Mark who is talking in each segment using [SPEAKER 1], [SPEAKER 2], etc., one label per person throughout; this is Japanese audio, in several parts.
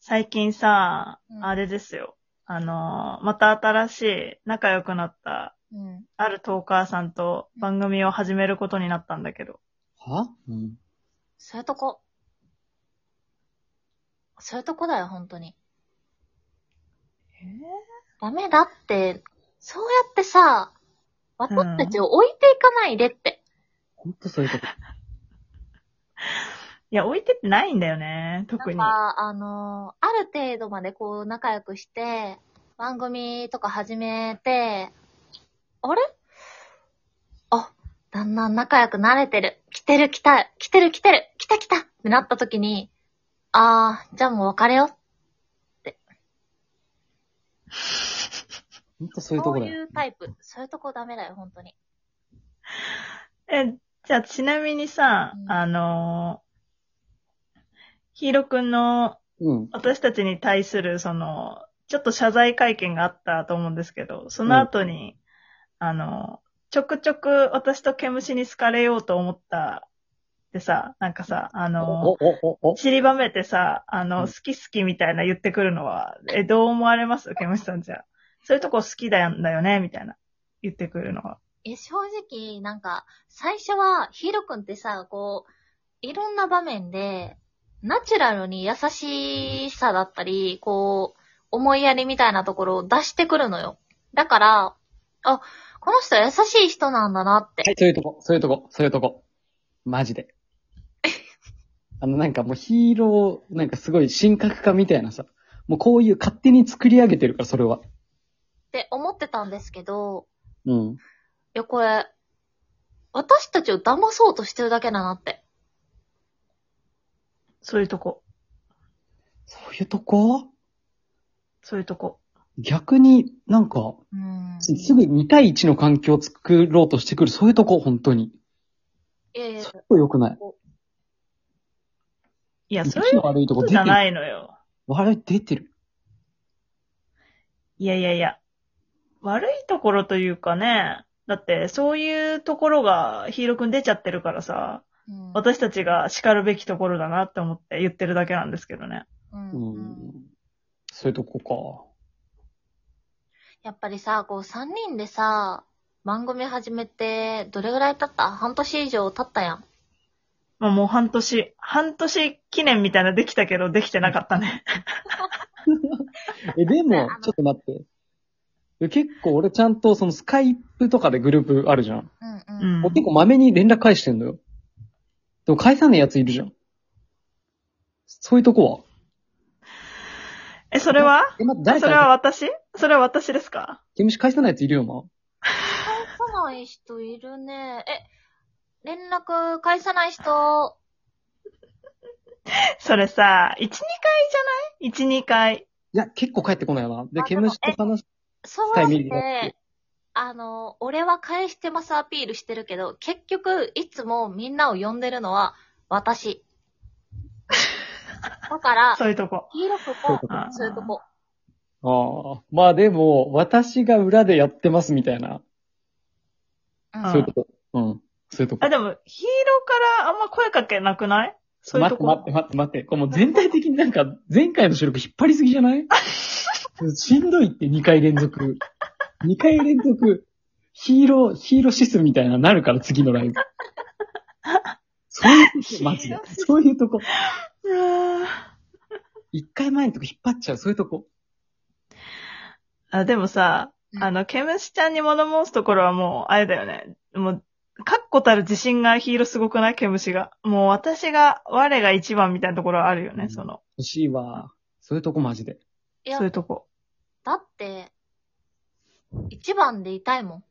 [SPEAKER 1] 最近さ、
[SPEAKER 2] うん
[SPEAKER 1] あれですよ。あのー、また新しい仲良くなった、
[SPEAKER 2] うん。
[SPEAKER 1] あるトーカーさんと番組を始めることになったんだけど。
[SPEAKER 3] はうん。
[SPEAKER 2] そういうとこ。そういうとこだよ、本当に。
[SPEAKER 1] え
[SPEAKER 2] ダメだって、そうやってさ、私たちを置いていかないでって。
[SPEAKER 3] ほんとそういうこと。
[SPEAKER 1] いや、置いてってないんだよね、特に。
[SPEAKER 2] なんか、あのーある程度までこう仲良くして、番組とか始めて、あれあ、だんだん仲良くなれてる。来てる来た、来てる来てる、来た来たってなった時に、あー、じゃあもう別れよう。
[SPEAKER 3] ほんとそういうと
[SPEAKER 2] そ
[SPEAKER 3] こ
[SPEAKER 2] う
[SPEAKER 3] だ
[SPEAKER 2] い
[SPEAKER 3] よ
[SPEAKER 2] う。タイプ。そういうとこダメだよ、本当に。
[SPEAKER 1] え、じゃあちなみにさ
[SPEAKER 2] う、ん
[SPEAKER 1] あのーヒーローくんの
[SPEAKER 3] うん。
[SPEAKER 1] 私たちに対する、その、ちょっと謝罪会見があったと思うんですけど、その後に、あの、ちょくちょく私と毛虫に好かれようと思ったでさ、なんかさ、あ
[SPEAKER 3] お、
[SPEAKER 1] の、
[SPEAKER 3] お、お、お。
[SPEAKER 1] 散りばめてさ、あ
[SPEAKER 3] う
[SPEAKER 1] の、
[SPEAKER 3] ん
[SPEAKER 1] 好き好きみたいな言ってくるのは、え、どう思われます毛虫さんじゃ。そういうとこ好きだよんだよねみたいな。言ってくるのは。
[SPEAKER 2] え、正直、なんか、最初は、ヒーローくんってさ、こう、いろんな場面で、ナチュラルに優しさだったり、こう、思いやりみたいなところを出してくるのよ。だから、あ、この人は優しい人なんだなって。
[SPEAKER 3] はい、そういうとこ、そういうとこ、そういうとこ。マジで。 あの、なんかもうヒーロー、なんかすごい神格化みたいなさ。もうこういう勝手に作り上げてるから、それは。
[SPEAKER 2] って思ってたんですけど、
[SPEAKER 3] うん。
[SPEAKER 2] いや、これ、私たちを騙そうとしてるだけだなって。
[SPEAKER 1] そういうとこ。
[SPEAKER 3] そういうとこ
[SPEAKER 1] そういうとこ。
[SPEAKER 3] 逆になんか、
[SPEAKER 2] うん。
[SPEAKER 3] すぐ2対1の環境を作ろうとしてくる、そういうとこ、本当に。
[SPEAKER 2] いやいや
[SPEAKER 3] そこ良くない。
[SPEAKER 1] いや、そう
[SPEAKER 3] 意
[SPEAKER 1] い
[SPEAKER 3] 地
[SPEAKER 1] う
[SPEAKER 3] の悪いとこ
[SPEAKER 1] ことじ
[SPEAKER 3] 出て
[SPEAKER 1] ゃ
[SPEAKER 3] る。
[SPEAKER 1] ないのよ。
[SPEAKER 3] 悪い、出てる。
[SPEAKER 1] いやいやいや、悪いところというかね、だってそういうところがヒーローくん出ちゃってるからさ、
[SPEAKER 2] うん
[SPEAKER 1] 私たちが叱るべきところだなって思って言ってるだけなんですけどね。
[SPEAKER 2] うん
[SPEAKER 3] う
[SPEAKER 2] うん
[SPEAKER 3] ん。そういうとこ
[SPEAKER 2] やっぱりさ、こう3人でさ、番組始めて、どれぐらい経った半年以上経ったやん。
[SPEAKER 1] まあもう半年、半年記念みたいなできたけどできてなかったね。
[SPEAKER 3] か。え、でも
[SPEAKER 2] あの、
[SPEAKER 3] ちょっと待ってえ。結構俺ちゃんとそのスカイプとかでグループあるじゃん。
[SPEAKER 2] うんう。
[SPEAKER 1] うんん
[SPEAKER 3] 俺。結構まめに連絡返してんのよ。でも返さないやついるじゃん。そういうとこ
[SPEAKER 1] え、それは
[SPEAKER 3] はえ、待って、誰
[SPEAKER 1] そ
[SPEAKER 3] か
[SPEAKER 1] れは
[SPEAKER 3] ら、
[SPEAKER 1] 私それは私ですか
[SPEAKER 3] ゲームし返さないやついるよ、ま
[SPEAKER 2] 返さない人いるね。え、連絡返さない人、
[SPEAKER 1] それさ、1、2回じゃない ?1、2回。
[SPEAKER 3] いや、結構帰ってこないよな。
[SPEAKER 2] あ
[SPEAKER 3] で、ケムシと話す。
[SPEAKER 2] そうやっ
[SPEAKER 3] タイミングがあって
[SPEAKER 2] て、あの、俺は返してますアピールしてるけど、結局、いつもみんなを呼んでるのは、 私。だから、
[SPEAKER 1] そういうとこ。
[SPEAKER 2] ヒーロー
[SPEAKER 3] そういう
[SPEAKER 2] く
[SPEAKER 3] と
[SPEAKER 2] ん
[SPEAKER 3] こ
[SPEAKER 2] も、そういうとこ。
[SPEAKER 3] ああ。まあでも、私が裏でやってますみたいな。
[SPEAKER 2] う
[SPEAKER 1] あ
[SPEAKER 3] そうい
[SPEAKER 2] ん
[SPEAKER 3] うとこ。うん。そういうとこ
[SPEAKER 1] あ、。でも、ヒーローからあんま声かけなくないそういう
[SPEAKER 3] 待っ
[SPEAKER 1] と
[SPEAKER 3] て
[SPEAKER 1] こ。
[SPEAKER 3] 待って待って待って。これもう全体的になんか、前回の収録引っ張りすぎじゃないしんどいって2回連続。2回連続、ヒーロー、ヒーローシスみたいななるから次のライブ。そういうとこ、マジで。そういうとこ。
[SPEAKER 1] うわー
[SPEAKER 3] 1回前のとこ引っ張っちゃう、そういうとこ。
[SPEAKER 1] あ、でもさ、
[SPEAKER 2] うん
[SPEAKER 1] あの、ケムシちゃんに物申すところはもう、あれだよね。もう、確固たる自信がヒーローすごくないケムシが。もう私が、我が一番みたいなところはあるよね、
[SPEAKER 3] うん
[SPEAKER 1] その、
[SPEAKER 3] 欲しいわ。そういうとこマジで。
[SPEAKER 2] いや
[SPEAKER 1] そうい、うとこ。
[SPEAKER 2] だって、一番でいたいもん。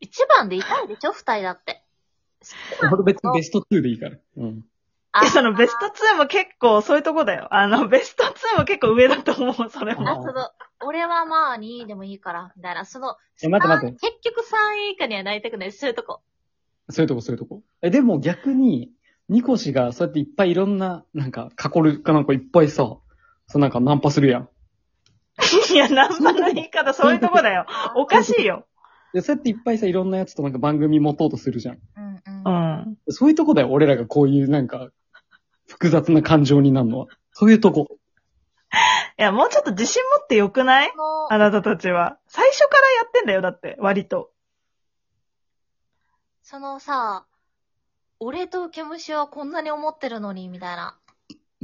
[SPEAKER 2] 一番でいたいでしょ二人だ って。
[SPEAKER 3] 俺別にベスト2でいいから。うん。
[SPEAKER 2] あ
[SPEAKER 1] え、そのベスト2も結構そういうとこだよ。あの、ベスト2も結構上だと思う、それも。
[SPEAKER 2] あ、その、俺はまあ2位でもいいから、みたいな、その、
[SPEAKER 3] え待って待って
[SPEAKER 2] 三結局3位以下にはなりたくない、そういうとこ。
[SPEAKER 3] そういうとこ、そういうとこ。え、でも逆に、ニコシがそうやっていっぱいいろんな、なんか、囲るかなんかいっぱいさ、そうなんかナンパするやん。
[SPEAKER 1] いや、ナンパの言い方、そういうとこだよ。おかしいよ。
[SPEAKER 3] で、そうやっていっぱいさ、いろんなやつとなんか番組持とうとするじゃん。
[SPEAKER 2] うんうん。
[SPEAKER 1] うん。
[SPEAKER 3] そういうとこだよ、俺らがこういうなんか、複雑な感情になるのは。そういうとこ。
[SPEAKER 1] いや、もうちょっと自信持ってよくない
[SPEAKER 2] も
[SPEAKER 1] あなたたちは。最初からやってんだよ、だって、割と。
[SPEAKER 2] そのさ、俺と受け虫はこんなに思ってるのに、みたいな。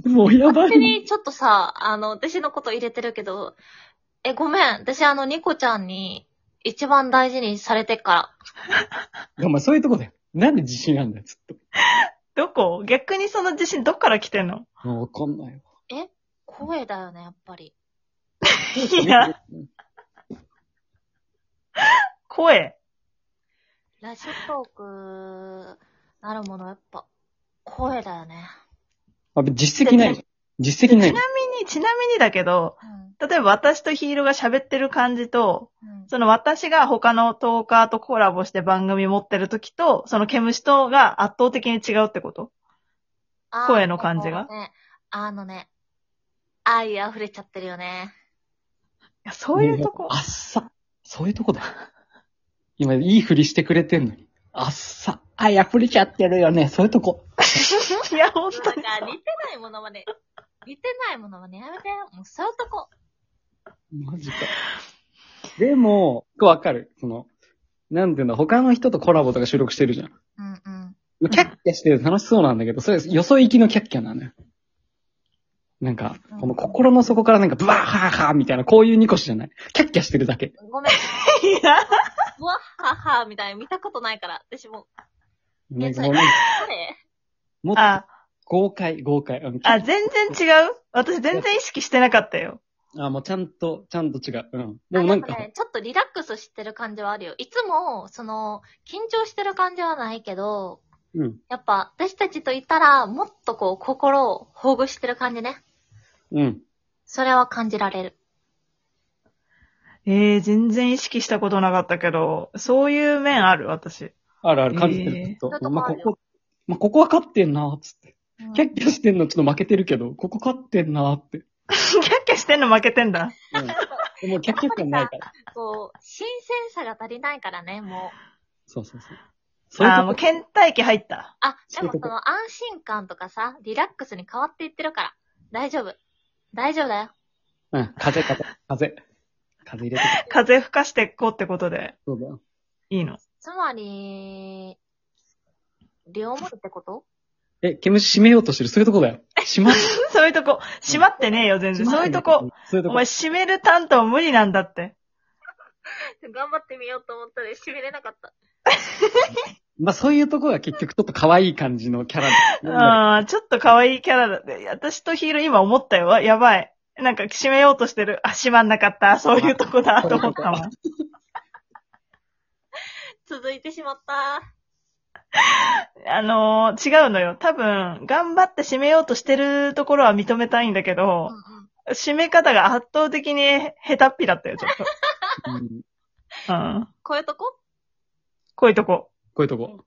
[SPEAKER 3] もうやば
[SPEAKER 2] 勝手
[SPEAKER 3] い。
[SPEAKER 2] にちょっとさ、あの、弟子のこと入れてるけど、え、ごめん。私あの、ニコちゃんに一番大事にされてっから。
[SPEAKER 3] お前そういうとこだよ。なんで自信あんだよ、ずっ
[SPEAKER 1] どこ逆にその自信どっから来てんの
[SPEAKER 3] と。もうわかんないわ。
[SPEAKER 2] 声だよね、やっぱり。
[SPEAKER 1] い や、声。
[SPEAKER 2] ラジオトークなるもの、やっぱ、声だよね。
[SPEAKER 3] あ実績ないじゃん。実績ない
[SPEAKER 1] ちな。みに、ちなみにだけど、例えば私とヒーローが喋ってる感じと、
[SPEAKER 2] うん。うん。
[SPEAKER 1] その私が他のトーカーとコラボして番組持ってる時と、そのケムシとが圧倒的に違うってこと
[SPEAKER 2] あー
[SPEAKER 1] 声の感じが
[SPEAKER 2] もうね、あのね、愛溢れちゃってるよね。
[SPEAKER 1] いや、そういうと
[SPEAKER 3] も
[SPEAKER 1] こ
[SPEAKER 3] あ。っさ。そういうとこだよ。今、いいふりしてくれてんのに。あっさ。あ、やふれちゃってるよね。そういうとこ。
[SPEAKER 1] いや、本
[SPEAKER 2] な
[SPEAKER 1] 当
[SPEAKER 2] んか
[SPEAKER 1] に。
[SPEAKER 2] 似てないものまで、似てないものまでやめて。もうそういうとこ。
[SPEAKER 3] マジか。でも、わかる。その、なんていうんだ、他の人とコラボとか収録してるじゃん。
[SPEAKER 2] うんうん。
[SPEAKER 3] キャッキャして楽しそうなんだけど、それ、よそ行きのキャッキャなのよ。なんか、
[SPEAKER 2] うん
[SPEAKER 3] この心の底からなんか、ブワーハーハーみたいな、こういうニコシじゃない。キャッキャしてるだけ。
[SPEAKER 2] ごめん。
[SPEAKER 1] いや、
[SPEAKER 2] うわっはっはみたいな見たことないから、私も。
[SPEAKER 3] なんか
[SPEAKER 2] そう
[SPEAKER 3] もう、
[SPEAKER 2] 誰
[SPEAKER 3] もっと
[SPEAKER 1] あ、
[SPEAKER 3] 豪快、豪快。うん
[SPEAKER 1] あ、全然違う私全然意識してなかったよ。
[SPEAKER 3] あ、もうちゃんと、ちゃんと違う。うん。で
[SPEAKER 2] あ
[SPEAKER 3] も
[SPEAKER 2] な
[SPEAKER 3] なんん
[SPEAKER 2] か
[SPEAKER 3] か、
[SPEAKER 2] ね、ちょっとリラックスしてる感じはあるよ。いつも、その、緊張してる感じはないけど、
[SPEAKER 3] うん。
[SPEAKER 2] やっぱ、私たちといたら、もっとこう、心をほぐしてる感じね。
[SPEAKER 3] うん。
[SPEAKER 2] それは感じられる。
[SPEAKER 1] ええ全然意識したことなかったけど、そういう面ある、私。
[SPEAKER 3] あるある、感じて
[SPEAKER 1] え
[SPEAKER 3] る
[SPEAKER 1] ー。
[SPEAKER 3] ずっと
[SPEAKER 2] そういうとこ
[SPEAKER 3] まあ、
[SPEAKER 2] あ
[SPEAKER 3] こ
[SPEAKER 2] るよ
[SPEAKER 3] こ、まあ、ここは勝ってんな、つって。
[SPEAKER 2] うん
[SPEAKER 3] キャッキャしてんのちょっと負けてるけど、ここ勝ってんな、って。
[SPEAKER 1] キャッキャしてんの負けてんだ。
[SPEAKER 3] うん。でもキャッキャ感ないから。
[SPEAKER 2] こう、新鮮さが足りないからね、もう。
[SPEAKER 3] そうそうそう。そういう
[SPEAKER 1] あー、
[SPEAKER 3] と
[SPEAKER 1] も
[SPEAKER 3] こ
[SPEAKER 1] う倦怠期入った。
[SPEAKER 2] あ、
[SPEAKER 3] そ
[SPEAKER 2] で
[SPEAKER 3] うい
[SPEAKER 2] も
[SPEAKER 3] う
[SPEAKER 2] そ
[SPEAKER 3] とこ
[SPEAKER 2] の安心感とかさ、リラックスに変わっていってるから。大丈夫。大丈夫だよ。
[SPEAKER 3] うん、風、風、風。風入れてくる。
[SPEAKER 1] 風吹かしてこうってことで、
[SPEAKER 3] そうだよ。
[SPEAKER 1] いいの。
[SPEAKER 2] つまり、両思いってこと
[SPEAKER 3] え、ケムシ閉めようとしてる。そういうとこだよ。閉まっ
[SPEAKER 1] そういうとこ、閉まってねえよ、全然。
[SPEAKER 3] 閉ま
[SPEAKER 1] そう
[SPEAKER 3] っ
[SPEAKER 1] い
[SPEAKER 3] て
[SPEAKER 1] う
[SPEAKER 3] な
[SPEAKER 1] とこ、。
[SPEAKER 3] そういうと
[SPEAKER 1] お
[SPEAKER 3] こ
[SPEAKER 1] 前。閉める担当無理なんだって。
[SPEAKER 2] 頑張ってみようと思ったで締めれなかった。
[SPEAKER 3] まあそういうとこが結局ちょっと可愛い感じのキャラだ。
[SPEAKER 1] ああ、ちょっと可愛いキャラだって。いや私とヒール今思ったよ。わやばい。なんか閉めようとしてる。あ、閉まんなかった。そういうとこだ、と思ったもん。
[SPEAKER 2] 続いてしまった。
[SPEAKER 1] あのー違うのよ。多分、頑張って締めようとしてるところは認めたいんだけど
[SPEAKER 2] うん、うん。
[SPEAKER 1] 締め方が圧倒的に下手っぴだったよ、ちょっと。
[SPEAKER 3] うん
[SPEAKER 1] うん。
[SPEAKER 2] こういうとこ
[SPEAKER 1] こういうとこ。
[SPEAKER 3] こういうとこ。